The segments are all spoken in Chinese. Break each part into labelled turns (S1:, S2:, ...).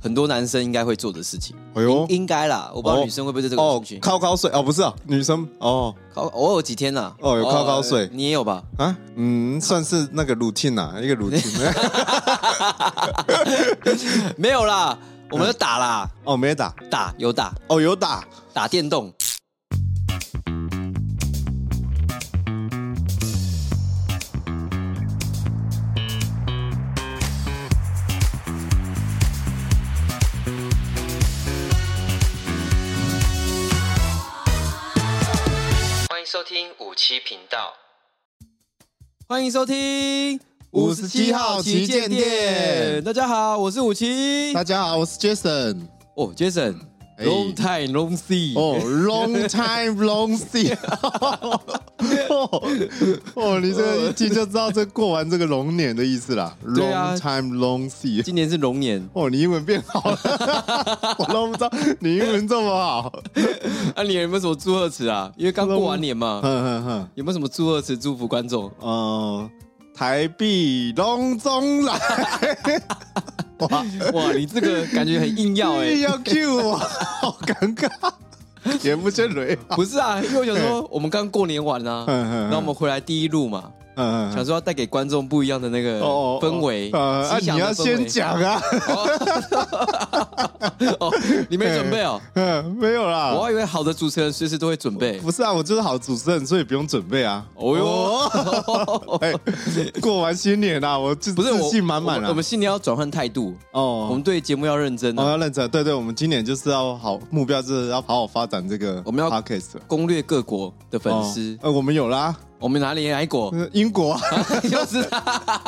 S1: 很多男生应该会做的事情，
S2: 哎呦，
S1: 应该啦，我不知道
S2: 哦
S1: 女生会不会对这个有
S2: 哦
S1: 兴，趣。
S2: 靠靠睡哦，不是啊，女生哦
S1: 考偶尔几天啦，
S2: 哦有靠靠睡
S1: 哦你也有吧？
S2: 啊，嗯，算是那个 routine 啊，一个 routine
S1: 没有啦，我们就打啦，
S2: 哦，没打
S1: 打有打
S2: 哦，有打
S1: 打电动。
S3: 欢迎收听五七频道。
S1: 欢迎收听
S2: 57号旗舰店
S1: 大家好，我是五七。
S4: 大家好，我是 Jason。
S1: 哦
S4: 哎
S1: ，Jason，long time long see。
S4: 哦、l o n g time long see 哦。哦，你这个一听就知道这过完这个龙年的意思啦。
S1: 对啊
S4: long time long see。
S1: 今年是龙年，
S4: 哦，你英文变 好了，我都不知道你英文这么好。
S1: 啊，你有没有什么祝贺词啊？因为刚过完年
S2: 嗯
S1: 嘛，
S4: 哼哼哼，
S1: 有没有什么祝贺词祝福观众？
S4: 哦、台币隆中来，
S1: 哇，你这个感觉很硬要哎、
S4: 要 Q 我，好尴尬，也不见雷。
S1: 不是啊，因为我想说，我们刚过年完啊，
S4: 嗯嗯嗯
S1: 然后我们回来第一路嘛，
S4: 嗯
S1: 想说要带给观众不一样的那个氛围，
S4: 哦呃，啊，
S1: 吉祥
S4: 你
S1: 的
S4: 要
S1: 氛
S4: 先
S1: 围
S4: 讲啊。
S1: 哦，你没准备哦，
S4: 嗯，没有啦。
S1: 我还以为好的主持人随时都会准备。
S4: 不是啊，我就是好主持人，所以不用准备啊。
S1: 哦哟，
S4: 哦，哎，过完新年啊，我自
S1: 不是
S4: 自
S1: 我
S4: 信满满
S1: 我
S4: 啊。
S1: 们我们新年要转换态度，我
S4: 哦
S1: 们，对节目要认真
S4: 我
S1: 啊，
S4: 要认真。对对，我们今年就是要好目标，就是要好好发展这个
S1: 我们要
S4: podcast 了
S1: 攻略各国的粉丝
S4: 哦，呃，我们有啦，
S1: 我们哪里哪一 国？
S4: 呃英国啊，
S1: 就是他。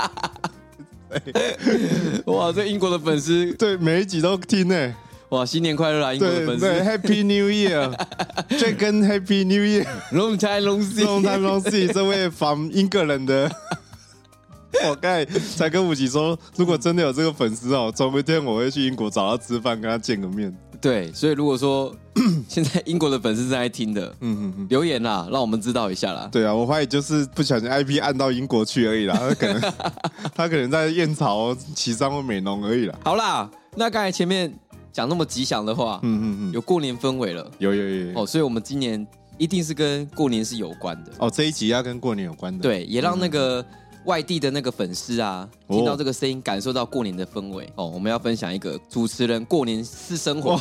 S1: 哇，这英国的粉丝，
S4: 对，每一集都听呢。
S1: 哇，新年快乐啊！英国的
S4: 对
S1: 粉
S4: 对
S1: 丝
S4: ，Happy New Year，这 跟 Happy New Year，
S1: ，Long time long
S4: long
S1: see，
S4: time long see，这位 from 英格 兰的。我刚才才跟武吉说，如果真的有这个粉丝哦，总有一天我会去英国找他吃饭，跟他见个面。
S1: 对，所以如果说 现在英国的粉丝正在听的，
S4: 嗯嗯嗯，
S1: 留言啦，让我们知道一下啦。
S4: 对啊，我怀疑就是不小心 IP 按到英国去而已啦，他可能 他可能在燕巢、岐山或美浓而已啦。
S1: 好啦，那刚才前面讲那么吉祥的话，
S4: 嗯嗯嗯，
S1: 有过年氛围了
S4: 有有有有
S1: 哦，
S4: 哦
S1: 所以我们今年一定是跟过年是有关的。
S4: 哦，这一集要跟过年有关的。，
S1: 对，嗯也让那个外地的那个粉丝啊，
S4: 哦
S1: 听到这个声音，感受到过年的氛围哦。我们要分享一个主持人过年私生活，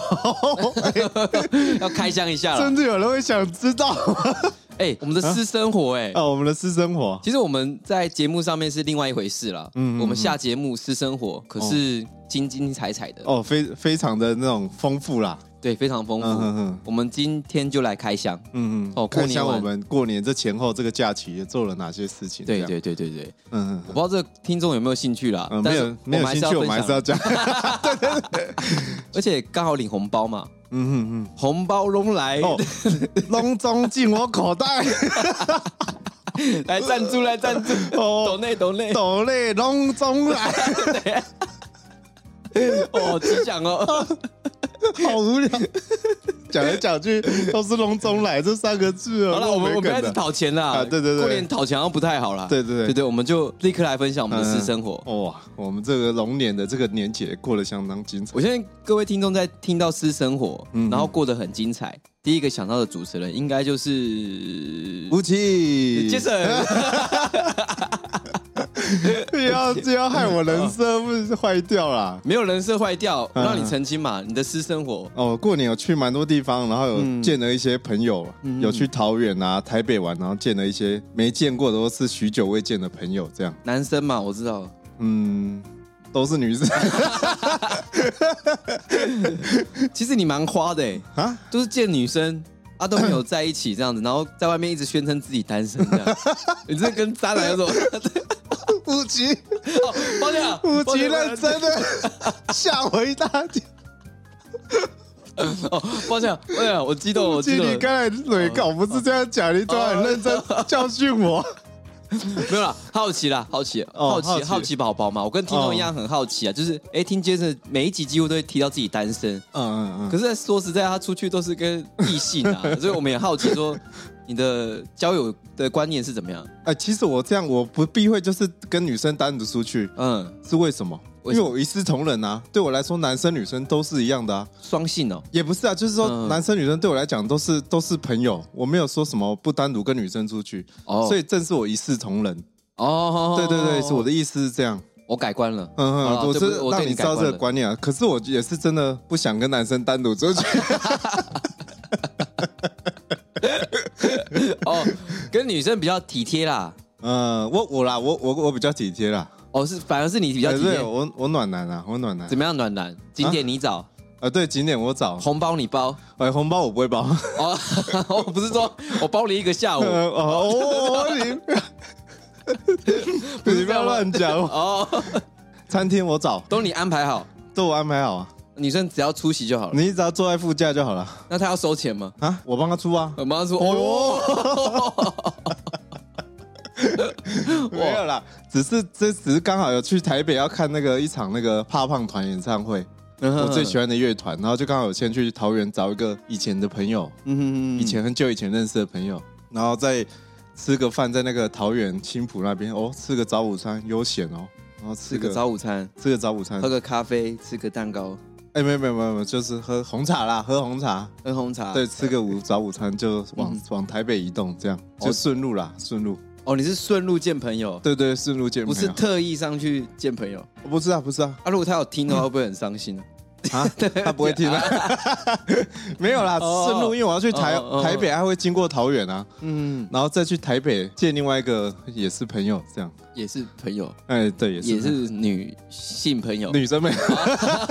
S1: 要开箱一下
S4: 真
S1: 了。
S4: 的有人会想知道
S1: 哎，我们的私生活， 哎，
S4: 啊，我们的私生活。
S1: 其实我们在节目上面是另外一回事啦。
S4: 嗯嗯嗯
S1: 我们下节目私生活可是精精彩彩的，
S4: 哦，非非常的那种丰富啦，
S1: 对，非常丰富。
S4: 嗯哼哼，
S1: 我们今天就来开箱。
S4: 嗯嗯，
S1: 哦过
S4: 看
S1: 年
S4: 一下
S1: 完
S4: 我们过年这前后这个假期也做了哪些事情，
S1: 对
S4: 这样，
S1: 对对对对，
S4: 嗯
S1: 我不
S4: 嗯
S1: 知道这个听众有没有兴趣啦，
S4: 啊嗯，
S1: 但
S4: 没
S1: 是
S4: 有没有
S1: 还
S4: 兴
S1: 是
S4: 趣，我们
S1: 分
S4: 还
S1: 享
S4: 是 要讲，
S1: 而且刚好领红包嘛，
S4: 嗯嗯
S1: 红包拢来，
S4: 嗯，哦，隆中进我口袋，
S1: 来赞助，来赞助，抖
S4: 哦，
S1: 内抖内，
S4: 抖嘞隆中 来。
S1: 哦，吉祥哦，
S4: 好无聊，讲来讲去都是“隆中来”这三个字啊。
S1: 好了，我们我
S4: 没
S1: 们
S4: 梗
S1: 开
S4: 的
S1: 始讨钱啦，
S4: 啊对对对
S1: 过年讨钱好像不太好啦，
S4: 对对对
S1: 对对，我们就立刻来分享我们的私生活。
S4: 哇，我们这个龙年的这个年节过得相当精彩
S1: 我。相信各位听众在听到私生活，
S4: 嗯
S1: 然后过得很精彩，第一个想到的主持人应该就是
S4: 吴奇，
S1: 杰森，
S4: 不要不要害我人设
S1: 嗯
S4: 不是坏掉啦。
S1: 没有人设坏掉，我
S4: 嗯
S1: 让你澄清嘛，你的私生活，
S4: 哦，过年有去蛮多地方，然后有
S1: 嗯
S4: 见了一些朋友，
S1: 嗯
S4: 有去桃园啊、台北玩，然后见了一些没见过的或是许久未见的朋友，这样，
S1: 男生嘛，我知道，
S4: 嗯，都 是女生
S1: 其实你蛮花的欸，
S4: 啊，
S1: 都是见女生啊都没有在一起这样子，然后在外面一直宣称自己单身这 样，你这跟渣男有什么？
S4: 吴奇，
S1: 哦，抱歉啊，
S4: 吴
S1: 抱
S4: 奇
S1: 歉
S4: 认真的吓我一大跳。
S1: 哦，抱歉啊，抱歉啊，我激动，我
S4: 其
S1: 激
S4: 实
S1: 动
S4: 你
S1: 了，
S4: 刚才蕊稿不是这样讲，你突然很认真教训
S1: 哦
S4: 我。
S1: 没有啦，好奇啦，好奇，好
S4: 哦
S1: 奇，
S4: 好奇哦
S1: 好奇宝宝嘛，我跟听众一样很好奇啊，就是哎，听 Jason 每一集几乎都会提到自己单 身，
S4: 嗯嗯
S1: 可是说实在，他出去都是跟异性 啊，所以我们也好奇说你的交友的观念是怎么样？
S4: 嗯，哎，其实我这样我不避讳，就是跟女生单独出去
S1: 嗯，
S4: 是为什么？
S1: 为
S4: 因
S1: 什
S4: 为
S1: 么
S4: 我一视同仁啊，对我来说，男生女生都是一样的啊，
S1: 双性哦，
S4: 也不是啊，就是
S1: 嗯
S4: 说男生女生对我来讲都是都是朋友，我没有说什么不单独跟女生出去，
S1: 哦
S4: 所以正是我一视同仁。
S1: 哦，
S4: 对对对，是我的意思是这样。
S1: 我改观了，
S4: 嗯
S1: 好
S4: 嗯，
S1: 啦
S4: 我
S1: 对不
S4: 是
S1: 起我
S4: 让
S1: 对
S4: 你
S1: 你
S4: 知
S1: 改
S4: 道这
S1: 观
S4: 个
S1: 了
S4: 观念啊。可是我也是真的不想跟男生单独 出去。
S1: 哦，跟女生比较体贴啦，
S4: 嗯，我我啦，我我我比较体贴啦，
S1: 哦是反而是你比较
S4: 哎
S1: 体
S4: 对
S1: 贴，
S4: 我我暖男啊，我暖男
S1: 怎。么样暖男？景点你找，
S4: 啊，对，景点我找，
S1: 红包你包
S4: 哎，红包我不会包。
S1: 哦， 我不是说我包你一个 下午
S4: 呃哦，哦 你你不要乱讲。
S1: 哦，
S4: 餐厅我找，
S1: 都你安排好，
S4: 都我安排好啊，
S1: 女生只要出席就好了。
S4: 你只要坐在副驾就好了
S1: 那她要收钱吗？
S4: 啊，我帮他出啊。
S1: 我妈说哦，
S4: 哦， 没有啦，只是这只是刚好有去台北要看那个一场那个怕胖团演唱会，我
S1: 我
S4: 最喜欢的乐团，然后就刚好有先去桃园找一个以前的朋友，
S1: 嗯
S4: 以前很久以前认识的朋友，然后再吃个饭，在那个桃园青浦那边哦，吃个早午餐，悠闲哦，然后吃
S1: 吃
S4: 个
S1: 个早午餐，
S4: 吃个早午餐
S1: 喝，个咖啡，吃个蛋糕，
S4: 哎，没有没有没有，没有就是喝红茶啦，喝红茶，
S1: 喝红茶。
S4: 对，，吃个午早午餐就往
S1: 嗯
S4: 往台北移动，这样就顺路啦，顺路，
S1: 哦，你是顺路见朋友，
S4: 对对，顺路见
S1: 不
S4: 朋
S1: 是
S4: 友，
S1: 特意上去见朋友。
S4: 不是啊 不是啊
S1: 啊，如果他有听的话，会不会很伤心啊？
S4: 啊，他不会听啊， 没有啦，
S1: 哦
S4: 顺路，因为我要去台
S1: 哦哦哦
S4: 台北，还会经过桃园啊，
S1: 嗯，
S4: 然后再去台北见另外一个也是朋友，这样，
S1: 也是朋友，
S4: 哎，对，也是
S1: 也是女性朋友。
S4: 女 生没有，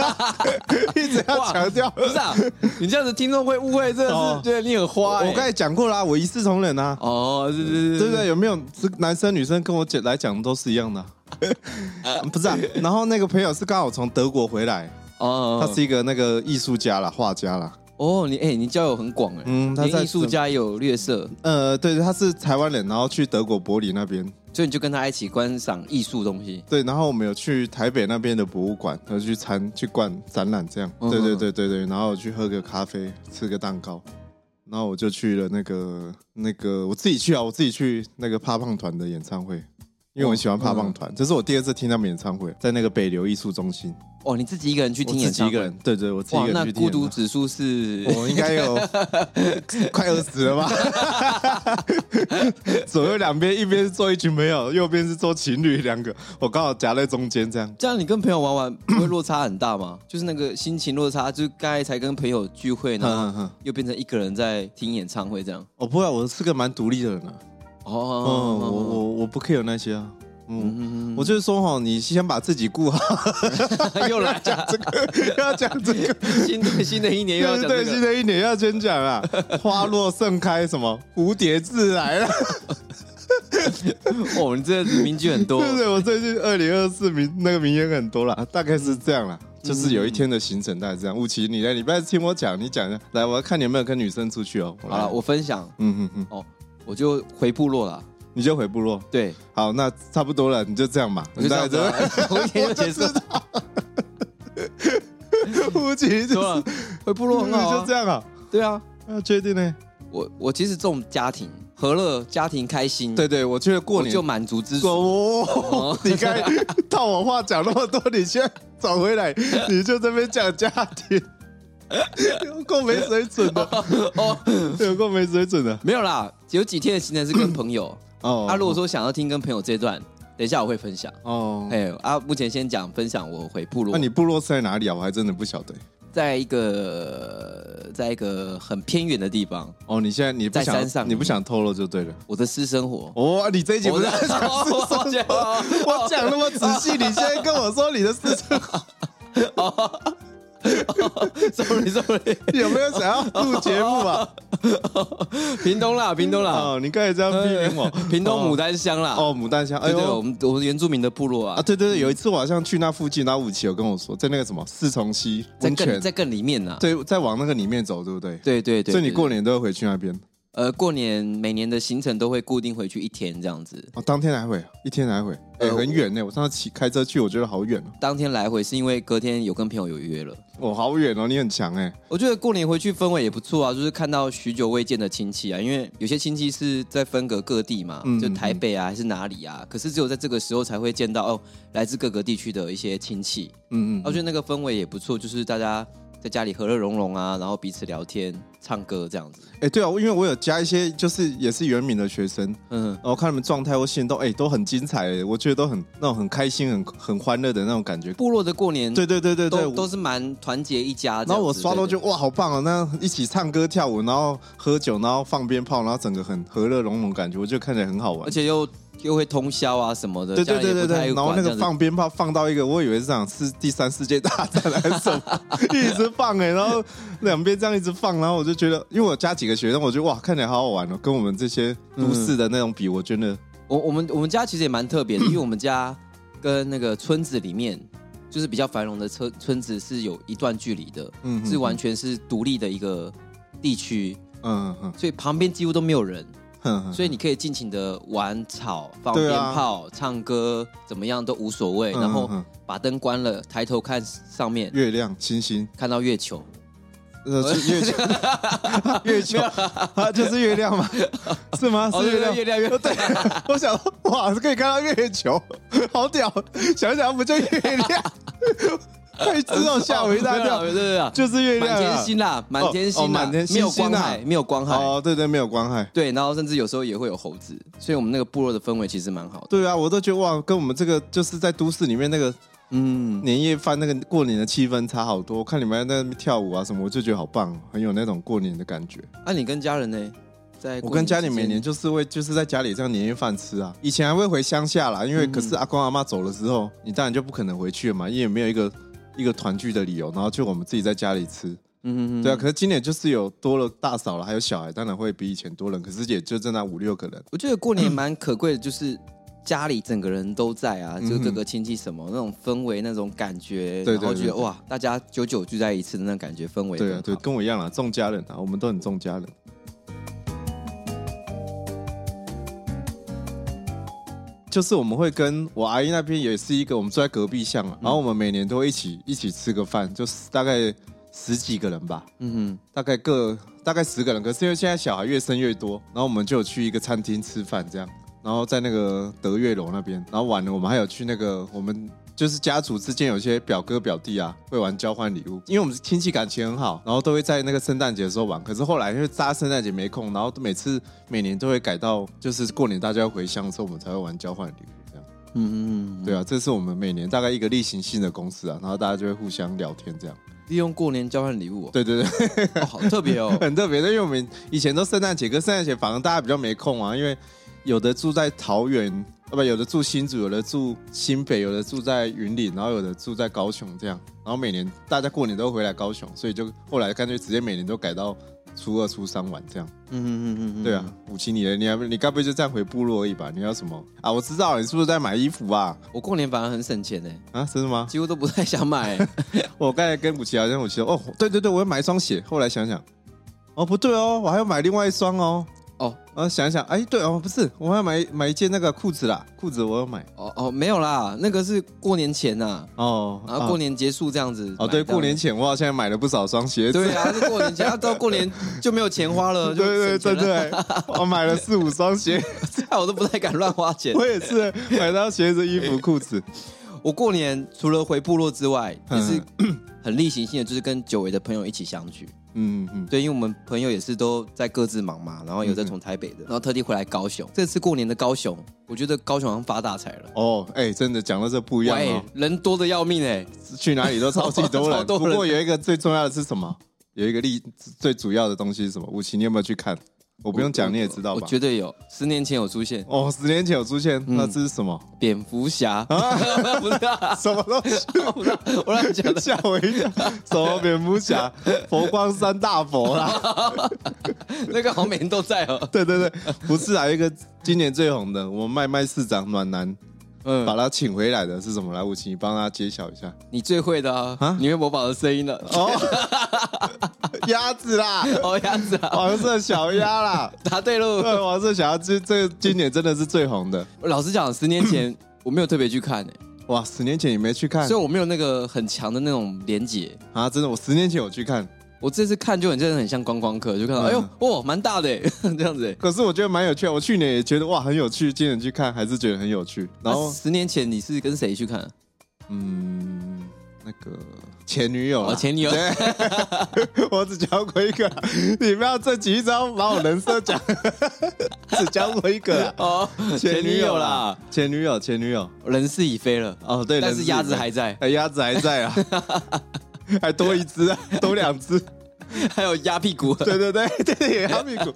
S4: 一直要强调。
S1: 不是 啊，你这样子听众会误会，真的
S4: 哦
S1: 是觉得你很花欸。
S4: 我刚才讲过啦，我一视同仁啊，
S1: 哦，是是是，
S4: 对不对？有没有是男生女生跟我姐来讲都是一样的 啊、不是啊。然后那个朋友是刚好从德国回来，
S1: 哦，
S4: 他是一个那个艺术家啦，画家啦。
S1: 哦，你哎、你交友很广哎、
S4: 嗯他在
S1: 连艺术家也有略色，
S4: 呃，对，他是台湾人，然后去德国柏林那边，
S1: 所以你就跟他一起观赏艺术东西。
S4: 对，然后我们有去台北那边的博物馆，然后去参去逛展览，这样，
S1: 嗯
S4: 对对对对对，然后去喝个咖啡，吃个蛋糕，然后我就去了那个那个我自己去啊，我自己去那个怕胖团的演唱会，因为我很喜欢怕胖团，这是我第二次听他们 演唱会，在那个北流艺术中心，
S1: 哦，你自己一个人去
S4: 我
S1: 听
S4: 自
S1: 演
S4: 己
S1: 唱
S4: 一
S1: 会，
S4: 个人，对对，我自己
S1: 哇
S4: 一，个人
S1: 那
S4: 去
S1: 孤
S4: 听演唱会，
S1: 独指数是
S4: 我应该有快二十了吧？ 左右两边，一边是坐一群朋友，右边是坐情侣两个，我刚好夹在中间这样。
S1: 这样，你跟朋友玩玩不会落差很大吗？ 就是那个心情落差，就是刚才才跟朋友聚会，然后
S4: 嗯嗯嗯，
S1: 又变成一个人在听演唱会这样。
S4: 我不会啊，我是个蛮独立的人啊。
S1: 哦，
S4: 嗯，我我我不 care 那些啊。嗯，
S1: 嗯
S4: 我就是说哈，你先把自己顾好。
S1: 哦 又来讲
S4: 这个要讲这个，
S1: 新 的新的一年又要
S4: 对
S1: 讲
S4: 对，
S1: 这
S4: 新
S1: 个，
S4: 的一年要先讲啊，花落盛开，什么蝴蝶自来了。
S1: 哦，你这名句很多
S4: 对对，我最近二零二四名那个名言很多啦，大概是这样啦。
S1: 嗯
S4: 就是有一天的行程大概是这样。吴奇，你来礼拜听我讲，你讲一下。来，我要看你有没有跟女生出去哦。
S1: 好了，
S4: 我来
S1: 我分享
S4: 嗯嗯嗯，
S1: 哦，我就回部落了。
S4: 你就回部落。
S1: 对，
S4: 好，那差不多了，你就这样吧。
S1: 我就这样子啊
S4: 你大概，
S1: 我一天就 结束了。
S4: 这样吴奇
S1: 怎
S4: 就
S1: 么
S4: 是
S1: 了，回部落很好
S4: 你就
S1: 啊
S4: 这。样啊？
S1: 对啊，
S4: 啊，确定呢？
S1: 我我其实这种家庭和乐、家庭开心，
S4: 对对，我觉得过
S1: 我
S4: 年
S1: 就满足之足。
S4: 哦，你刚才套我话讲那么多，你现在转 回来，你就这边讲家庭，有够没水准的，
S1: 哦，
S4: 有够没水准的。
S1: 没有啦，有几天的行程是跟朋 友。
S4: 哦
S1: 啊，如果说想要听跟朋友这段，等一下我会分享。
S4: 哦，
S1: 哎、啊，目前先讲分享我回部落，
S4: 那你部落是在哪里啊？我还真的不晓得。
S1: 在一个在一个很偏远的地方，
S4: 哦，你现在你不
S1: 在山
S4: 想
S1: 上
S4: 你不想透露就对了。
S1: 我的私生活。
S4: 哦，你这一集不
S1: 我
S4: 是
S1: 的 我觉得哦
S4: 我讲那么仔细，你现在跟我说你的事 情，
S1: ，sorry sorry，
S4: 有没有想要录节目 啊？
S1: 屏东啦，屏东啦，呃
S4: 哦，你刚才这样批评我，
S1: 屏东牡丹乡啦。
S4: 哦，牡丹香，哎
S1: 啊对对，
S4: 呦
S1: 我，们我们原住民的部落
S4: 啊，
S1: 啊，
S4: 对对对，有一次我好像去那附近，然后武奇有跟我说，在那个什么四重溪
S1: 在
S4: 温泉
S1: 更，在更里面呐。
S4: 对，再往那个里面走，对不对？
S1: 对对对，
S4: 所以你
S1: 对
S4: 过年都会回去那边。
S1: 呃，过年每年的行程都会固定回去一天这样子，
S4: 哦，当天来回，一天来回，哎、
S1: 呃
S4: 很远呢、我上次骑开车去，我觉得好远哦、
S1: 当天来回是因为隔天有跟朋友有约了。
S4: 哦，好远哦、你很强哎、
S1: 我觉得过年回去氛围也不错啊，就是看到许久未见的亲戚啊，因为有些亲戚是在分隔各地嘛，
S4: 嗯
S1: 就台北啊还是哪里啊，可是只有在这个时候才会见到哦，来自各个地区的一些亲戚，
S4: 嗯嗯
S1: 我觉得那个氛围也不错，就是大家在家里和乐融融啊，然后彼此聊天、唱歌这样子。
S4: 哎、对啊，因为我有加一些，就是也是原民的学生，
S1: 嗯，
S4: 然后看他们状态或行动，哎、都很精彩、哎我觉得都很那种很开心、很很欢乐的那种感觉。
S1: 部落的过年
S4: 对对对对对，
S1: 嗯都都是蛮团结一家这样子。
S4: 然后我刷到就
S1: 对
S4: 哇，好棒哦！那一起唱歌跳舞，然后喝酒，然后放鞭炮，然后整个很和乐融融，感觉我觉得看起来很好玩
S1: 而。且又又会通宵啊什么的，
S4: 对对
S1: 家
S4: 对
S1: 人也
S4: 对
S1: 不太
S4: 对，然后
S1: 管这
S4: 那个
S1: 样子
S4: 放鞭炮放到一个，我以为是想是第三世界大战还是什么， 一直放哎、然后两边这样一直放，然后我就觉得，因为我加几个学生，我觉得哇，看起来好好玩哦，跟我们这些都
S1: 嗯
S4: 市的那种比，我觉得
S1: 我我们我们家其实也蛮特别的，因为我们家跟那个村子里面，就是比较繁荣的村村子是有一段距离的，
S4: 嗯
S1: 是完全是独立的一个地区，
S4: 嗯嗯
S1: 所以旁边几乎都没有人，
S4: 嗯，
S1: 所以你可以尽情的玩草、放鞭
S4: 对啊
S1: 炮、唱歌，怎么样都无所谓。
S4: 嗯
S1: 然后
S4: 嗯嗯
S1: 把灯关了，抬头看上面，
S4: 月亮星星，
S1: 看到月 球，
S4: 呃，是月 球，月球，啊，就是月亮吗？是吗？
S1: 哦
S4: 是月
S1: 对
S4: 亮，
S1: 对月亮月亮
S4: 对，我想说，哇，可以看到月球， 好屌！想想不就月 亮？会知道吓我一大
S1: 哦
S4: 跳，
S1: 对对对对，
S4: 就是月亮
S1: 满
S4: 啊
S1: 天星啦，满天
S4: 哦
S1: 星啦，
S4: 满天
S1: 没有
S4: 星星
S1: 光
S4: 啊
S1: 海，没有光海。
S4: 哦，对对，没有光害。
S1: 对，然后甚至有时候也会有猴子，所以我们那个部落的氛围其实蛮好的。
S4: 对啊，我都觉得哇，跟我们这个就是在都市里面那个
S1: 嗯，
S4: 年夜饭那个过年的气氛差好多。我看你们在那边跳舞啊什么，我就觉得好棒，很有那种过年的感觉。
S1: 那、啊你跟家人呢？在
S4: 我
S1: 过
S4: 跟
S1: 年
S4: 家里
S1: 期间
S4: 每年就是会就是在家里这样年夜饭吃啊，以前还会回乡下啦，因为
S1: 嗯
S4: 可是阿公阿妈走了之后，你当然就不可能回去了嘛，因为没有一个一个团聚的理由，然后就我们自己在家里吃，
S1: 嗯嗯嗯，
S4: 对啊，可是今年就是有多了大嫂了，还有小孩，当然会比以前多人，可是也就真的五六个人，
S1: 我觉得过年蛮可贵的，就是家里整个人都在啊，
S4: 嗯
S1: 就各个亲戚什么那种氛围、那种感觉，
S4: 对对
S1: 然后觉得
S4: 对对
S1: 哇，大家久久聚在一起的那种感觉氛围，嗯
S4: 对啊，对，，跟我一样啦，重家人啊，我们都很重家人。就是我们会跟我阿姨那边也是一个，我们住在隔壁巷啊嘛，然后我们每年都会一起一起吃个饭，就是大概十几个人吧，
S1: 嗯
S4: 大概各大概十个人。可是因为现在小孩越生越多，然后我们就有去一个餐厅吃饭这样，然后在那个德月楼那边，然后晚了我们还有去那个我们。就是家族之间有些表哥表弟啊，会玩交换礼物，因为我们亲戚感情很好，然后都会在那个圣诞节的时候玩。可是后来因为大家圣诞节没空，然后每次每年都会改到就是过年大家要回乡的时候，我们才会玩交换礼物这样。
S1: 哼，嗯嗯嗯，
S4: 对啊，这是我们每年大概一个例行性的公司啊，然后大家就会互相聊天这样。
S1: 利用过年交换礼物、哦，
S4: 对对对，，
S1: 哦好特别哦
S4: 很特别的，因为我们以前都圣诞节，跟圣诞节反而大家比较没空啊，因为有的住在桃园，啊不，有的住新竹，有的住新北，有的住在云林，然后有的住在高雄，这样，然后每年大家过年都回来高雄，所以就后来干脆直接每年都改到初二、初三玩这样。
S1: 嗯嗯嗯嗯，
S4: 对啊，五七你嘞，你还你该不会就这样回部落而已吧？你要什么啊？我知道你是不是在买衣服啊？
S1: 我过年反而很省钱呢，
S4: 啊，真的吗？
S1: 几乎都不太想买，
S4: 我哦刚才跟武奇聊天，武奇说，哦，对对对，我要买一双鞋。后来想想，哦，不对哦，我还要买另外一双哦。
S1: 哦，
S4: 然后想一想，哎，对哦，不是，我还要买买一件那个裤子啦，裤子我要买。
S1: 哦哦没有啦，那个是过年前呐、
S4: 哦，
S1: 然后啊过年结束这样子。
S4: 啊哦，对，
S1: 买到的
S4: 过年。前我好像也买了不少双鞋子。
S1: 对啊，是过年前，啊到过年就没有钱花了，
S4: 对
S1: 就
S4: 对对，
S1: 省
S4: 真
S1: 钱了，哎
S4: 的哎，我买了四五双 鞋，
S1: 我都不太敢乱花钱。
S4: 我也是买到鞋子、衣服、裤子。
S1: 我过年除了回部落之外，也
S4: 嗯
S1: 是很例行性的，就是跟久违的朋友一起相聚。
S4: 嗯嗯，
S1: 对，因为我们朋友也是都在各自忙嘛，然后有在从台北的，然后特地回来高雄。这次过年的高雄，我觉得高雄好像发大财了。
S4: 哦，哎，真的讲到这不一样
S1: 喂
S4: 哦，，
S1: 人多的要命哎、
S4: 去哪里都超级多
S1: 超
S4: 人。
S1: 多
S4: 不
S1: 人
S4: 过有一个最重要的是什么？有一个例最主要的东西是什么？武奇，你有没有去看？我不用讲，你也知道
S1: 我
S4: 吧？
S1: 绝对有，十年前有出现
S4: 哦，十年前有出现，
S1: 嗯
S4: 那这是什么？
S1: 蝙蝠侠， 不是、啊，
S4: 什么东西？
S1: 不是啊、我乱讲的。
S4: 吓我一 跳！什么蝙蝠侠、佛光山大 佛啦？
S1: 那个好像每天都在哦。
S4: 对对对，不是啊，一个今年最红的，我们麦麦市长暖男
S1: 嗯
S4: 把他请回来的是什么？来，武奇，你帮他揭晓一下。
S1: 你最会的啊，
S4: 啊
S1: 你会模仿的声音了。
S4: 哦， 鸭子啦，
S1: 哦，鸭子啊，
S4: 黄色小鸭啦。
S1: 答对喽。
S4: 对，黄色小鸭这这个今年真的是最红的。
S1: 老实讲，十年 前我没有特别去看、欸，
S4: 哇，十年前你没去看
S1: 所以我没有那个很强的那种连结。
S4: 啊？真的，我十年前有去看，
S1: 我这次看就很真的很像观光客，就看到、
S4: 嗯
S1: 哎呦，哇，蛮大的、欸， 这样子、欸。
S4: 可是我觉得蛮有趣的。我去年也觉得哇很有趣，今年去看还是觉得很有趣。然
S1: 然
S4: 后
S1: 后啊十年前你是跟谁去看啊？
S4: 嗯，那个前女友啦，啊
S1: 哦，前女友，
S4: 我只教过一个，你不要这集一张把我人设讲， 只教过一个啦，
S1: 哦，前女友啦，，
S4: 前女友，前女友，
S1: 人事已非了，
S4: 哦对，
S1: 但是鸭子还在，
S4: 哎，鸭子还在啊，还多一只啊，多两只，
S1: 还有鸭屁股，
S4: 对对对对对，哈密谷，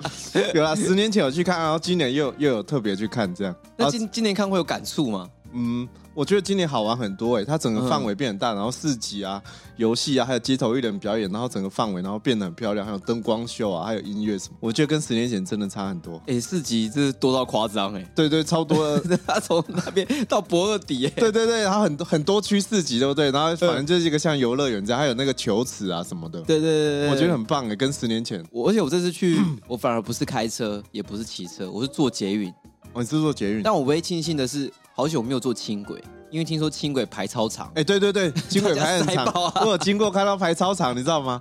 S4: 有啊，十年前有去看，然后今年又又有特别去看这样，
S1: 那
S4: 啊
S1: 今今年看会有感触吗？
S4: 嗯，我觉得今年好玩很多哎、它整个范围变很大，然后市集啊、游戏啊，还有街头艺人表演，然后整个范围然后变得很漂亮，还有灯光秀啊，还有音乐什么，我觉得跟十年前真的差很多。
S1: 哎，四集这多到夸张哎，
S4: 对对，超多的。
S1: 他从那 边到博尔底哎，
S4: 对对对，然后很多很多区市集，对不对？然后反正就是一个像游乐园这样，还有那个球池啊什么的，
S1: 对对对对，
S4: 我觉得很嗯棒哎、跟十年前，
S1: 我而且我这次去，我反而不是开车，也不是骑车，我是坐捷运。
S4: 哦，你是做捷运？
S1: 但我唯一庆幸的是，好久没有坐轻轨，因为听说轻轨排超长。
S4: 哎、对对对，经轨排很
S1: 大家塞
S4: 长，
S1: 爆啊
S4: 我有经过看到排超长，你知道吗？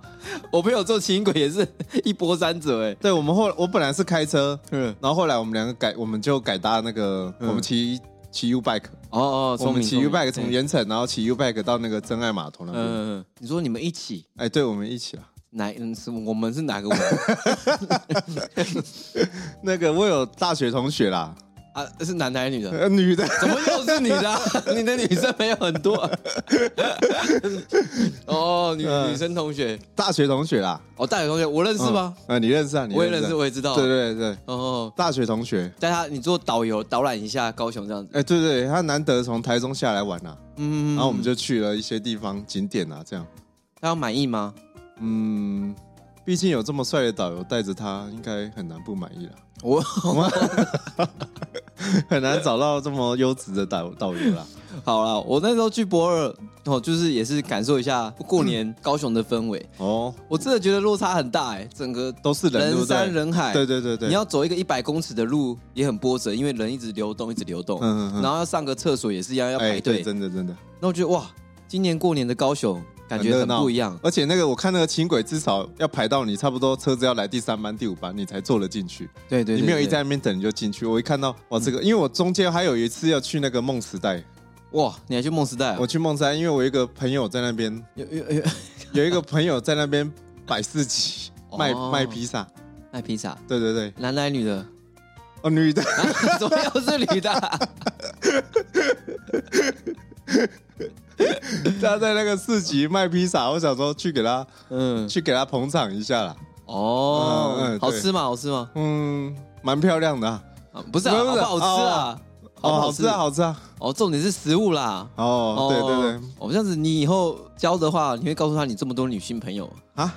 S1: 我朋友坐轻轨也是 一波三折哎。
S4: 对我们后我本来是开车，
S1: 嗯，
S4: 然后后来我们两个改，我们就改搭那个，
S5: 嗯
S4: 我们骑骑 U bike，
S1: 哦哦，
S4: 我
S1: 聪
S4: 们
S1: 明
S4: 骑 U bike
S1: 聪
S4: 从
S1: 明
S4: 盐城，然后骑 U bike 到那个真爱码头那
S1: 嗯
S4: 边。
S1: 嗯，嗯你说你们一起
S4: 哎、对，我们一起了。
S1: 哪？嗯，是我们是哪个 我
S4: 那个我有大学同学啦，
S1: 啊？是男的还是女的？
S4: 呃，女的，
S1: 怎么又是女的啊？ 你的女生没有很多 啊。哦，女
S4: 嗯
S1: 女生同学，
S4: 大学同学啦，
S1: 哦，大学同学，我认识吗？
S4: 嗯？啊、你认识啊？你
S1: 我也认
S4: 啊
S1: 识，我也知道。
S4: 对对对，
S1: 哦，
S4: 大学同学。
S1: 带他你做导游导览一下高雄这样子。
S4: 哎、对对，他难得从台中下来玩啦、啊
S1: 嗯，
S4: 然后我们就去了一些地方景点啊，这样。
S1: 他要满意吗？
S4: 嗯，毕竟有这么帅的导游带着他，应该很难不满意啦。
S1: 我
S4: 很难找到这么优质的导导游啦。
S1: 好了，我那时候去博尔，哦，就是也是感受一下过年
S4: 嗯
S1: 高雄的氛围。
S4: 哦，
S1: 我真的觉得落差很大哎、整个
S4: 都是人，对不
S1: 人
S4: 对
S1: 山人海。
S4: 对对对对，
S1: 你要走一个一百公尺的路也很波折，因为人一直流动，一直流动。
S4: 嗯嗯嗯
S1: 然后要上个厕所也是一样，要排
S4: 哎
S1: 队。
S4: 对真的真的
S1: 那我觉得哇，今年过年的高雄感觉
S4: 很热
S1: 很
S4: 闹
S1: 不一样。
S4: 而且那个我看那个轻轨至少要排到你差不多车子要来第三班第五班你才坐了进去，
S1: 对对对
S4: 你没有
S1: 对
S4: 一直在那边等你就进去。我一看到哇这个，因为我中间还有一次要去那个梦时代，
S1: 哇，你还去梦时代、啊？
S4: 我去梦时代，因为我有一个朋友在那边，
S1: 有有有
S4: 有一个朋友在那边摆市集
S1: 哦
S4: 卖卖披萨，
S1: 卖披萨，
S4: 对对对，
S1: 男的女 的？
S4: 哦女的，
S1: 啊怎么又是女的啊？
S4: 他在那个市集卖披萨，我想说去给他
S1: 嗯，
S4: 去给他捧场一下啦，
S1: 哦，
S4: 嗯嗯对
S1: 好吃吗？好吃吗？
S4: 嗯，蛮漂亮的啊。
S1: 啊不是啊，
S4: 不
S1: 好不
S4: 是不是
S1: 好吃啊？不
S4: 哦，好吃啊，！好吃啊！
S1: 哦，重点是食物啦。
S4: 哦，对对对，
S1: 哦，这样子你以后交的话，你会告诉他你这么多女性朋友。
S4: 啊，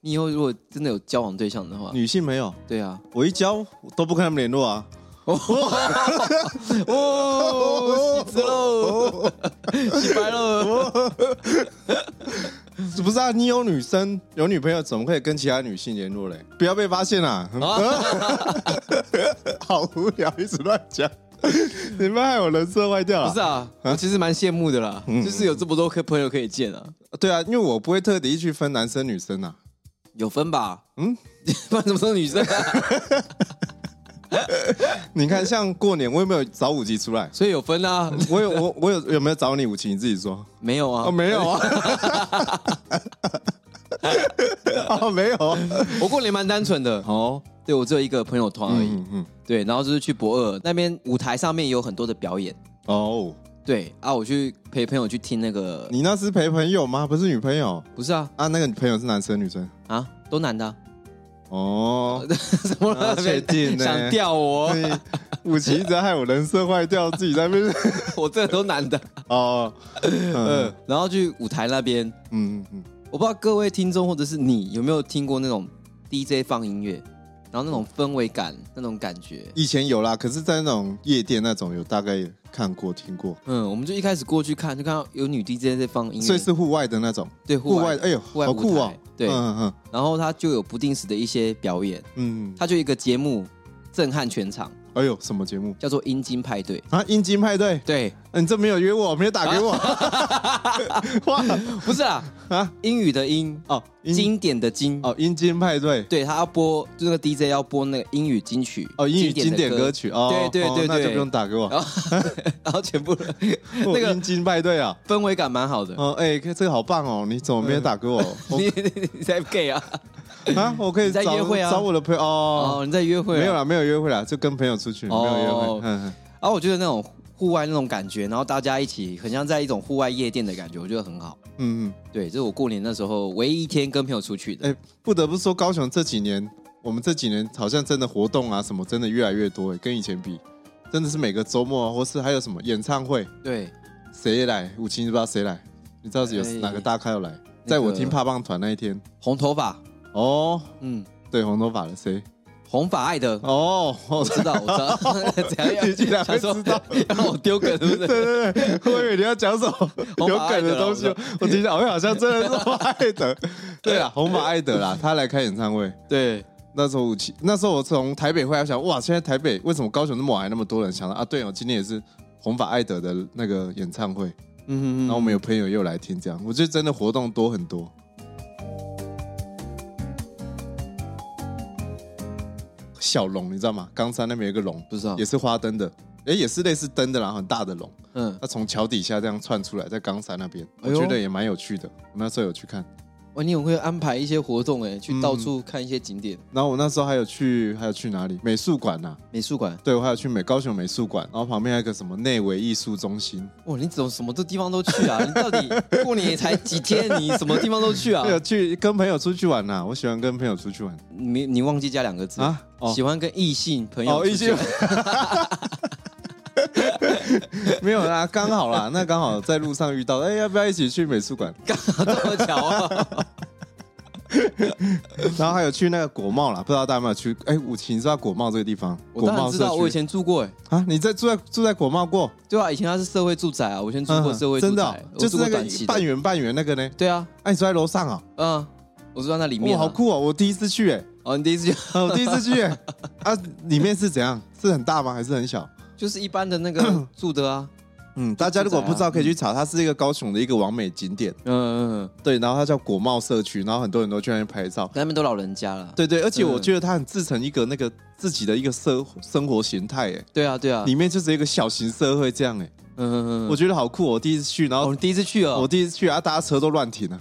S1: 你以后如果真的有交往对象的话，
S4: 女性朋友，
S1: 对啊，
S4: 我一交都不跟他们联络啊。
S1: 哦， 洗子喽，洗白喽，
S4: 不是啊，你有女生有女朋友，怎么可以跟其他女性联络嘞？不要被发现啊！
S1: 哦
S4: 好无聊，一直乱讲， 你们害我人设坏掉
S1: 不是
S4: 了。
S1: 啊，我其实蛮羡慕的啦，
S4: 嗯
S1: 就是有这么多可朋友可以见啊，
S4: 对啊，因为我不会特地去分男生女生啊。
S1: 有分吧？嗯
S4: 嗯，
S1: 不然怎么说女生啊？
S4: 你看，像过年我有没有找五级出来？
S1: 所以有分啊？
S4: 我有我我有有没有找你五级？你自己说。
S1: 没有啊
S4: 哦，？没有啊。哦，没有啊。
S1: 我过年蛮单纯的，
S4: 哦，
S1: 对我只有一个朋友团而已。
S4: 嗯嗯，
S1: 对，然后就是去博尔那边舞台上面有很多的表演，
S4: 哦。
S1: 对啊，我去陪朋友去听那个，
S4: 你那是陪朋友吗？不是女朋友
S1: 不是啊
S4: 啊？那个朋友是男生女生？
S1: 啊，都男的啊、
S4: 哦，
S1: 怎么了？
S4: 啊确定呢
S1: 想吊我
S4: 所？以武奇一直害我人设坏掉，自己在那边
S1: 我这都男的。
S4: 哦，
S1: 嗯
S4: 嗯，
S1: 然后去舞台那边，
S4: 嗯嗯，
S1: 我不知道各位听众或者是你有没有听过那种 DJ 放音乐，然后那种氛围感，那种感觉。
S4: 以前有啦，可是，在那种夜店那种有大概看过听过，
S1: 嗯，我们就一开始过去看，就看到有女 DJ 在放音乐，
S4: 所以是户外的那种，
S1: 嗯对户外
S4: 哎呦，
S1: 户外
S4: 好
S1: 舞
S4: 酷
S1: 台，
S4: 哦！
S1: 对，
S4: 嗯
S1: 然后他就有不定时的一些表演，
S4: 嗯嗯，
S1: 他就一个节目震撼全场，
S4: 哎呦，什么节目
S1: 叫做《阴茎派对》。
S4: 啊？阴茎派对？
S1: 对，
S4: 嗯，你这没有约我，没有打给我。哇
S1: 不是啦，
S4: 啊
S1: 英语的英，
S4: 哦，阴
S1: 经典的经。
S4: 哦，阴茎派对
S1: 对他要播，就那个 DJ 要播那个英语金曲
S4: 哦，英语经
S1: 的
S4: 典歌曲哦，
S1: 对对
S4: 哦
S1: 对
S4: 那
S1: 对，
S4: 就不用打给我。
S1: 然后然后全部人
S4: 哦
S1: 那个
S4: 阴茎派对啊，
S1: 氛围感蛮好的。
S4: 哦，哎，这个好棒哦，你怎么没有打给我？
S1: 你你你在 gay 啊？
S4: 我啊，我可以
S1: 你在
S4: 找
S1: 约会啊
S4: 找我的朋友哦
S1: 哦，，你在约会啊？
S4: 没有啦，没有约会啦，就跟朋友出去，没
S1: 哦
S4: 有约会。嗯，
S1: 然后我觉得那种户外那种感觉，然后大家一起，很像在一种户外夜店的感觉，我觉得很好。
S4: 嗯嗯，
S1: 对，这是我过年那时候唯一一天跟朋友出去的。
S4: 哎，不得不说，高雄这几年，我们这几年好像真的活动啊什么，真的越来越多，哎，跟以前比，真的是每个周末啊，或是还有什么演唱会，
S1: 对，
S4: 谁来？五七不知道谁来？你知道有
S1: 哎
S4: 哪个大咖要来？
S1: 那
S4: 在我
S1: 个
S4: 听怕棒团那一天，
S1: 红头发，
S4: 哦，
S1: 嗯，
S4: 对，红头发的谁？
S1: 红发爱的，
S4: 哦，
S1: 我
S4: 哦
S1: 知道，我 知道，怎样？
S4: 你竟然会
S1: 想说
S4: 知道
S1: 让我丢梗是不
S4: 对
S1: 是？
S4: 对 对，我以为你要讲什么有梗的东西
S1: 红发艾德啦我知道，
S4: 我听到，我好像真的是红发艾德。 对啦，红发艾德啦，他来开演唱会。
S1: 对，
S4: 那时候五七，那时候我从台北回来，我想哇，现在台北为什么高雄那么晚还那么多人？想到啊，对哦，今天也是红发艾德的那个演唱会，
S1: 嗯
S4: 然后我们有朋友又来听，这样我觉得真的活动多很多。小龙你知道吗？冈山那边有一个龙，
S1: 不知道
S4: 也，是花灯的，哎，也是类似灯的啦，很大的龙。
S1: 嗯，
S4: 它从桥底下这样窜出来，在冈山那边，
S1: 哎
S4: 我
S1: 呦
S4: 觉得也蛮有趣的。我那时候有去看，
S1: 哇，你很会安排一些活动哎，去
S4: 嗯
S1: 到处看一些景点、
S4: 然后我那时候还有去，还有去哪里？美术馆呐、
S1: 美术馆。
S4: 对我还有去美高雄美术馆，然后旁边还有个什么内围艺术中心，
S1: 哇，你怎么什么都地方都去啊？你到 底过年也才几天，你什么地方都去啊
S4: 还？有去跟朋友出去玩呐、啊我喜欢跟朋友出去玩
S1: 你你忘记加两个字
S4: 啊
S1: 啊？
S4: 哦
S1: 喜欢跟异性朋友
S4: 哦，
S1: 出
S4: 一
S1: 去
S4: 起。 没有啦，刚好啦，那刚好在路上遇到，哎、要不要一起去美术馆？
S1: 这么巧 啊？
S4: 然后还有去那个国贸啦，不知道大家有没有去？哎、武琴，你知道国贸这个地方？
S1: 我
S4: 国
S1: 当然
S4: 贸
S1: 知
S4: 社
S1: 道，我以
S4: 区
S1: 前住过哎，
S4: 啊，你在住在住在国贸过？
S1: 对啊，以前它是社会住宅啊，我以前住过
S4: 嗯
S1: 社会住
S4: 真
S1: 宅，
S4: 的哦、
S1: 我
S4: 就是
S1: 住过
S4: 那
S1: 短期的
S4: 个半圆半圆那个呢？
S1: 对啊，
S4: 哎、你住在楼上啊、
S1: 嗯，我住在那里
S4: 哇、
S1: 面、啊，
S4: 好！酷哦！我第一次 去、哎、
S1: 哦，你第一次就
S4: 啊我第一次去、哎啊，里面是怎样？是很大吗？还是很小？
S1: 就是一般的那 个住的啊，
S4: 嗯，大家如果
S1: 住宅啊
S4: 不知道可以去查，它是一个高雄的一个完美景点，
S1: 嗯嗯嗯，
S4: 对，然后它叫国贸社区，然后很多人都去那边拍照，
S1: 那边都老人家了，
S4: 对对，而且
S1: 嗯
S4: 我觉得它很自成一个那个自己的一个生生活形态，哎，
S1: 对啊对啊，
S4: 里面就是一个小型社会这样，哎，
S1: 嗯嗯嗯，
S4: 我觉得好酷、哦！我第一次去，然
S1: 哦
S4: 后
S1: 你第一次去哦，
S4: 我第一次去啊，大家车都乱停啊。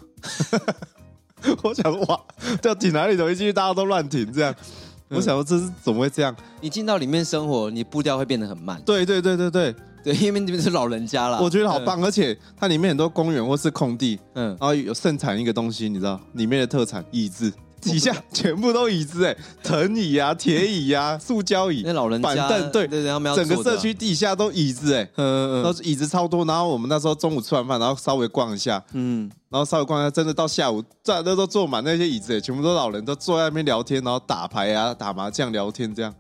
S4: 我想说哇，要停哪里都一进去大家都乱停这样。
S1: 嗯
S4: 我想说这是怎么会这样？
S1: 你进到里面生活，你步调会变得很慢，
S4: 对对对对对，
S1: 对，因为那边是老人家啦，
S4: 我觉得好棒，而且它里面很多公园或是空地，
S1: 嗯，嗯，
S4: 然后有盛产一个东西，你知道里面的特产椅子，底下全部都椅子哎、藤椅啊、铁 椅啊、塑胶椅
S1: 那、老人家
S4: 板凳，对，
S1: 对对，他们要
S4: 整个
S1: 坐的
S4: 社
S1: 啊，
S4: 区地下都椅子哎、
S1: 嗯
S4: 然后
S1: 嗯
S4: 椅子超多，然后我们那时候中午吃完饭，然后稍微逛一下，
S1: 嗯，
S4: 然后稍微逛一下，真的到下午，大家都坐满那些椅子，全部都老人都坐在那边聊天，然后打牌啊、打麻将、聊天这样。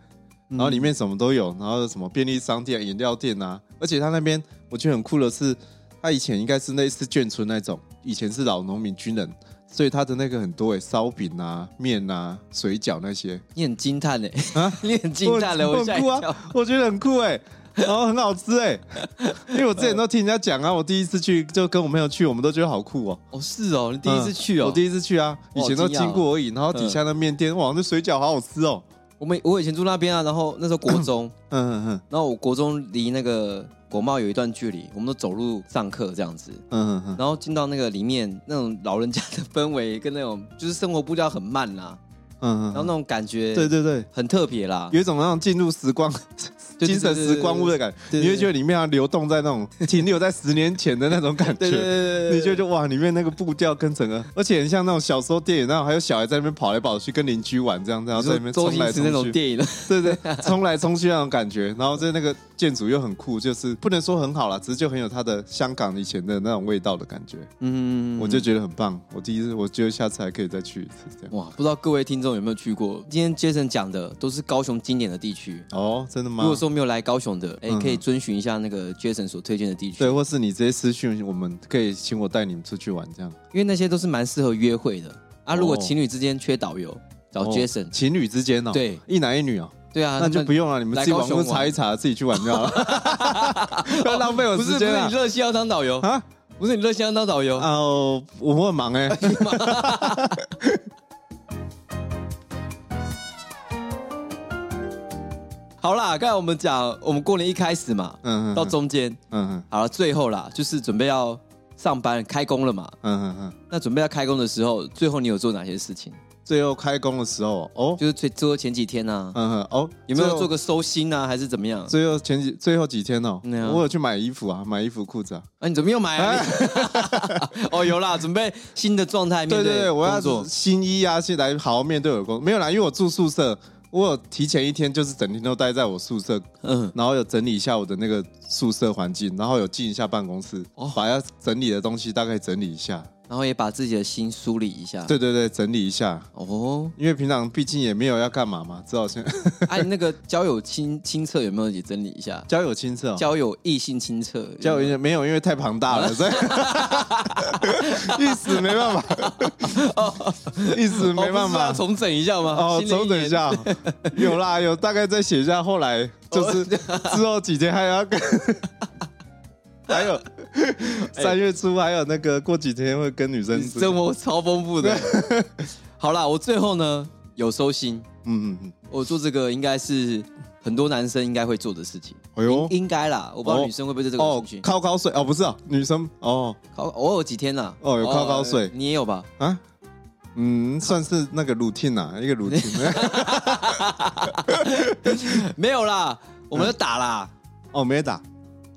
S4: 然后里面什么都有，然后什么便利商店、饮料店啊，而且他那边我觉得很酷的是，他以前应该是类似眷村那种，以前是老农民军人，所以他的那个很多诶，烧饼啊、面啊、水饺那些，
S1: 你很惊叹哎， 你很惊叹了，
S4: 啊我
S1: 我
S4: 很
S1: 吓一
S4: 酷啊
S1: 跳，
S4: 我觉得很酷哎、然后很好吃哎、因为我之前都听人家讲啊，我第一次去就跟我朋友去，我们都觉得好酷哦、
S1: 哦是哦，你第一次去
S4: 嗯
S1: 哦
S4: 我，第一次去啊，以
S1: 哇
S4: 前都
S1: 惊讶哦嗯
S4: 经过而已。然后底下那面店，哇，那水饺好好吃哦。
S1: 我们我以前住那边啊，然后那时候国中。
S4: 嗯嗯
S1: 然后我国中离那个国贸有一段距离，我们都走路上课这样子。
S4: 嗯嗯嗯，
S1: 然后进到那个里面，那种老人家的氛围跟那种就是生活步调很慢啦，
S4: 嗯
S1: 然后那
S4: 嗯，
S1: 种感觉
S4: 对对对，
S1: 很特别啦，
S4: 有一种那种进入时光、
S1: 对对对
S4: 精神时光屋的感觉，
S1: 对对对
S4: 你会觉得里面要流动在那种停留在十年前的那种感
S1: 对对
S4: 觉。
S1: 对对对，
S4: 你就觉得哇，里面那个步调跟整个，而且很像那种小时候电影那种，还有小孩在那边跑来跑去，跟邻居玩这样，然后在那
S1: 你说
S4: 边
S1: 周
S4: 冲
S1: 星
S4: 来
S1: 驰那
S4: 冲
S1: 种
S4: 去。嗯
S1: 电影了，
S4: 对对，冲来冲去那种感觉，然后在那个建筑又很酷，就是不能说很好啦，只是就很有它的香港以前的那种味道的感觉，
S1: 嗯，
S4: 我就觉得很棒。我第一次，我觉得下次还可以再去一次这样。
S1: 哇，不知道各位听众有没有去过？今天 Jason 讲的都是高雄经典的地区。
S4: 哦，真的吗？
S1: 如果说没有来高雄的，哎
S4: 嗯，
S1: 可以遵循一下那个 Jason 所推荐的地区，
S4: 对，或是你直接私讯我们，可以请我带你们出去玩这样。
S1: 因为那些都是蛮适合约会的。啊，如果
S4: 哦
S1: 情侣之间缺导游，找
S4: 哦
S1: Jason。
S4: 情侣之间哦，
S1: 对
S4: 一男一女哦，
S1: 对啊，
S4: 那就不用了，你们自己
S1: 来高
S4: 网
S1: 雄
S4: 络查一
S1: 玩
S4: 查，自己去玩就好了，不要浪费我
S1: 不是
S4: 时
S1: 不
S4: 间
S1: 是
S4: 啊
S1: 你！热心要当导游
S4: 啊
S1: 啊？不是你热心要当导游？
S4: 啊，我我很 忙哎，
S1: 好啦，刚才我们讲，我们过年一开始嘛，
S4: 嗯嗯嗯
S1: 到中间，
S4: 嗯嗯
S1: 好了，最后啦，就是准备要上班开工了嘛。
S4: 嗯嗯嗯，
S1: 那准备要开工的时候，最后你有做哪些事情？
S4: 最后开工的时候哦，
S1: 就是最最后前几天啊，
S4: 嗯嗯哦，
S1: 有没
S4: 最
S1: 有
S4: 后
S1: 做个收心啊，还是怎么样？
S4: 最后前几最后几天哦，
S1: 嗯啊
S4: 我有去买衣服啊，买衣服裤子啊。
S1: 啊，你怎么又买啊？你 哦，有啦，准备新的状态面
S4: 哎对对对，我
S1: 工
S4: 要
S1: 作
S4: 新衣啊，先来好好面对我的工作。没有啦，因为我住宿舍，我有提前一天就是整天都待在我宿舍，
S1: 嗯，
S4: 然后有整理一下我的那个宿舍环境，然后有进一下办公室，
S1: 哦
S4: 把要整理的东西大概整理一下。
S1: 然后也把自己的心梳理一下。
S4: 对对对，整理一下。
S1: 哦，
S4: 因为平常毕竟也没有要干嘛嘛，只好先？
S1: 哎、你那个交友亲亲测有没有也整理一下
S4: 交友亲测、哦，
S1: 交友异性亲测，
S4: 交友没有，因为太庞大
S1: 嗯
S4: 了，所 以一时没办法， 一时没办法
S1: 哦哦不是要，重整一下吗？
S4: 哦，
S1: 新的一
S4: 稍等一
S1: 年， 哦
S4: 下，有啦，有大概再写一下，后来 就是之后几天还要跟，还有三月初还有那个过几天会跟女生
S1: 你
S4: 吃，
S1: 哎生活超丰富 的。好啦，我最后呢有收心，
S4: 嗯嗯嗯，
S1: 我做这个应该是很多男生应该会做的事情，
S4: 哎呦，
S1: 应该啦，我不知道
S4: 哦
S1: 女生会不会对这个有
S4: 哦
S1: 兴，趣。
S4: 靠靠睡哦，不是哦，女生哦
S1: 考偶尔几天啦，
S4: 哦有靠靠睡
S1: 呃你也有 吧？
S4: 啊，嗯，算是那个 routine 啊，一 个 routine，
S1: 没有啦，我们就打啦，
S4: 哦没打，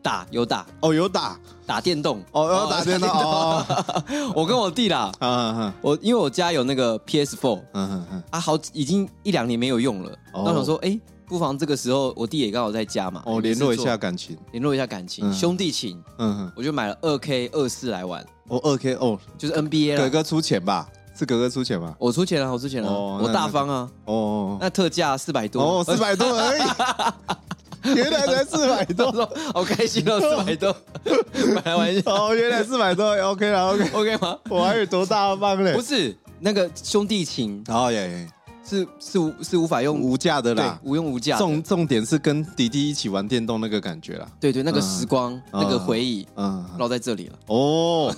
S1: 打有打
S4: 哦有打，
S1: 打电动，
S4: 哦有打电脑，哦，哦
S1: 我跟我弟啦，
S4: 啊 啊
S1: 我因为我家有那个 PS4
S4: 啊啊啊，
S1: 啊，好已经一两年没有用了，
S4: 哦
S1: 那我想说，哎，不妨这个时候我弟也刚好在家嘛，
S4: 哦
S1: 也没
S4: 联
S1: 事
S4: 络一下
S1: 做
S4: 感情，
S1: 联络一下感情，
S4: 嗯
S1: 兄弟情，
S4: 嗯嗯，
S1: 我就买了二 K 二四来玩，
S4: 哦二 k 哦，
S1: 就是 NBA
S4: 哥
S1: 了。
S4: 哥出钱吧，是哥哥出钱吧，
S1: 我出钱了，我出钱了，
S4: 哦
S1: 我
S4: 那
S1: 大方啊，
S4: 哦哦哦。
S1: 那特价四百多，
S4: 哦，四百多而已， 原来才四百
S1: 我
S4: 多，
S1: 说 好开心哦，四百 多， 买玩笑
S4: 哦，原来四百多，OK 了，OK，
S1: ，OK 吗？
S4: 我还有多大方 嘞
S1: 不？是那个兄弟情
S4: 哦耶耶，
S1: 是是无是无法用
S4: 无价的
S1: 对
S4: 啦。
S1: 无用无价的，
S4: 重重点是跟弟弟一起玩电动那个感觉啦。
S1: 对对，那个
S4: 嗯
S1: 时光那个回忆
S4: 嗯，
S1: 烙在这里了。
S4: 哦，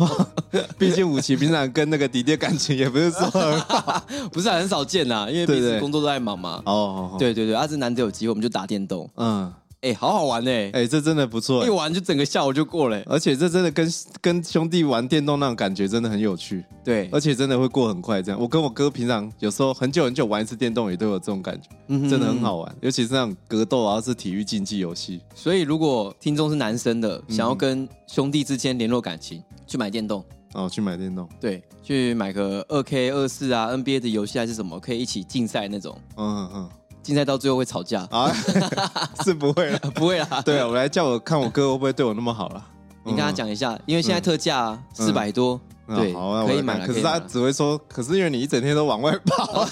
S4: 毕竟武奇平常跟那个弟弟感情也不是说很 好。
S1: 不是啊很少见呐，因为
S4: 对
S1: 彼此
S4: 对
S1: 工作都在忙嘛。
S4: 哦，，
S1: 对对对，啊，这难得有机会，我们就打电动，
S4: 嗯，
S1: 哎，好好玩哎，
S4: 哎，这嗯真的不错
S1: 一，玩就整个下午就过了。哎
S4: 而且这真的跟跟兄弟玩电动那种感觉真的很有趣。
S1: 对，
S4: 而且真的会过很快，这样。我跟我哥平常有时候很久很久玩一次电动，也都有这种感觉，
S1: 嗯
S4: 真的很好玩。尤其是那种格斗啊，是体育竞技游戏，
S1: 所以如果听众是男生的，
S4: 嗯
S1: 想要跟兄弟之间联络感情，去买电动，
S4: 然后哦去买电动，
S1: 对，去买个二 K 二四啊，NBA 的游戏还是什么，可以一起竞赛那种，
S4: 嗯嗯
S1: 竞赛到最后会吵架，
S4: 嗯， 啊， 是不会了。
S1: 不会啦。
S4: 对啊，我来叫我看我哥会不会对我那么好了。
S1: 你跟他讲一下，因为现在特价啊四百多，
S4: 嗯，
S1: 对，
S4: 好啊，
S1: 可
S4: 我
S1: 以
S4: 来
S1: 买
S4: 看
S1: 了，
S4: 可
S1: 可
S4: 是
S1: 以
S4: 他
S1: 买了。
S4: 只会说，可是因为你一整天都往外跑，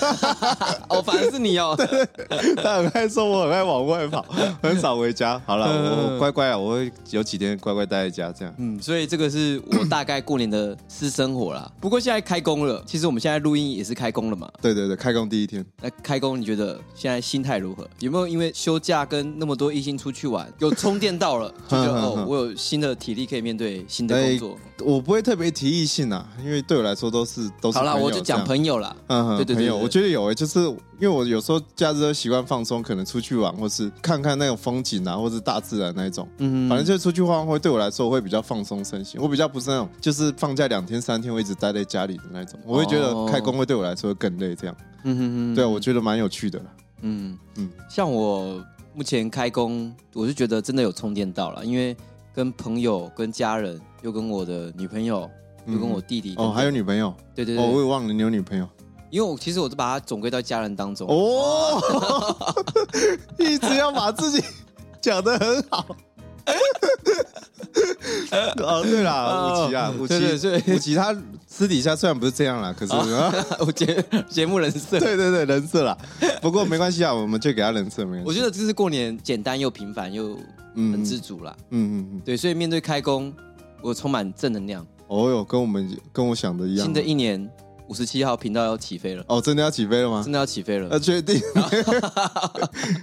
S1: 哦，反而是你 哦，
S4: 他很爱说我很爱往外跑，很少回家。好了，我我乖乖啊，我会有几天乖乖待在家这样。
S1: 嗯，所以这个是我大概过年的私生活 啦。不过现在开工了，其实我们现在录音也是开工了嘛。
S4: 对对对，开工第一天，
S1: 那开工你觉得现在心态如何？有没有因为休假跟那么多异性出去玩，有充电到 了，就觉得哦，我有新的体力可以面对新的
S4: 哎
S1: 工作。
S4: 我不会特别提异性啊，因为对我来说都是都是
S1: 好啦，
S4: 朋友
S1: 我就
S4: 这
S1: 讲
S4: 样
S1: 朋友 啦。
S4: 嗯，
S1: 对对对
S4: 朋友
S1: 对对
S4: 我觉得有诶、就是因为我有时候假日都习惯放松，可能出去玩，或是看看那种风景啊，或是大自然那一种。
S1: 嗯，
S4: 反正就是出去晃晃会，对我来说我会比较放松身心。我比较不是那种就是放假两天三天会一直待在家里的那种。我会觉
S1: 哦
S4: 得开工会对我来说会更累，这样。
S1: 嗯哼
S4: 对啊，我觉得蛮有趣的啦。
S1: 嗯嗯
S4: 嗯，
S1: 像我目前开工，我是觉得真的有充电到了，因为跟朋友、跟家人，又跟我的女朋友，又跟我弟弟，
S4: 哦，还有女朋友，
S1: 对对
S4: 哦，我
S1: 对，
S4: 也忘了你有女朋友。
S1: 因为我其实我都把它总归到家人当中。
S4: 哦， 一直要把自己讲得很好。 哦，对啦，
S1: 哦
S4: 武奇啊，武
S1: 对对
S4: 奇，
S1: 对啊
S4: 武奇他私底下虽然不是这样啦，可是、
S1: 我节节目人设。
S4: 对对对人设啦，不过没关系啊，我们就给他人设，没关系。
S1: 我觉得这次过年简单又平凡又
S4: 嗯
S1: 很知足啦，
S4: 嗯嗯嗯，
S1: 对，所以面对开工，我充满正能量。
S4: 哦哟，跟我们跟我想的一样，
S1: 新的一年，五十七号频道要起飞了，
S4: 哦，真的要起飞了吗
S1: 真？的啊要起飞了
S4: 要。确定？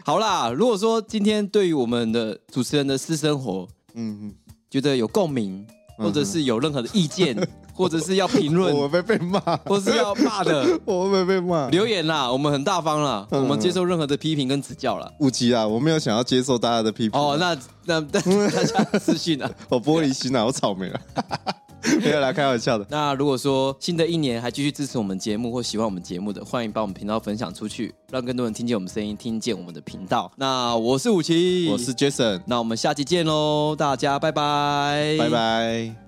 S1: 好啦，如果说今天对于我们的主持人的私生活
S4: 嗯，
S1: 觉得有共鸣，或者是有任何的意见， 或者是要评
S4: 嗯我
S1: 论，
S4: 会被骂，，
S1: 或是要骂的
S4: 我会不会被骂。
S1: 留言啦，我们很大方啦，
S4: 嗯
S1: 我们接受任何的批评跟指教啦。
S4: 五级啊，我没有想要接受大家的批评。啊
S1: 哦，那那 大大家私讯 啊。
S4: 我玻璃心啊， 我草莓了，没有啦，开玩笑的。
S1: 那如果说新的一年还继续支持我们节目或喜欢我们节目的，欢迎把我们频道分享出去，让更多人听见我们声音，听见我们的频道。那我是武奇，
S4: 我是，Jason，
S1: 那我们下期见喽，大家拜拜，
S4: 拜。拜。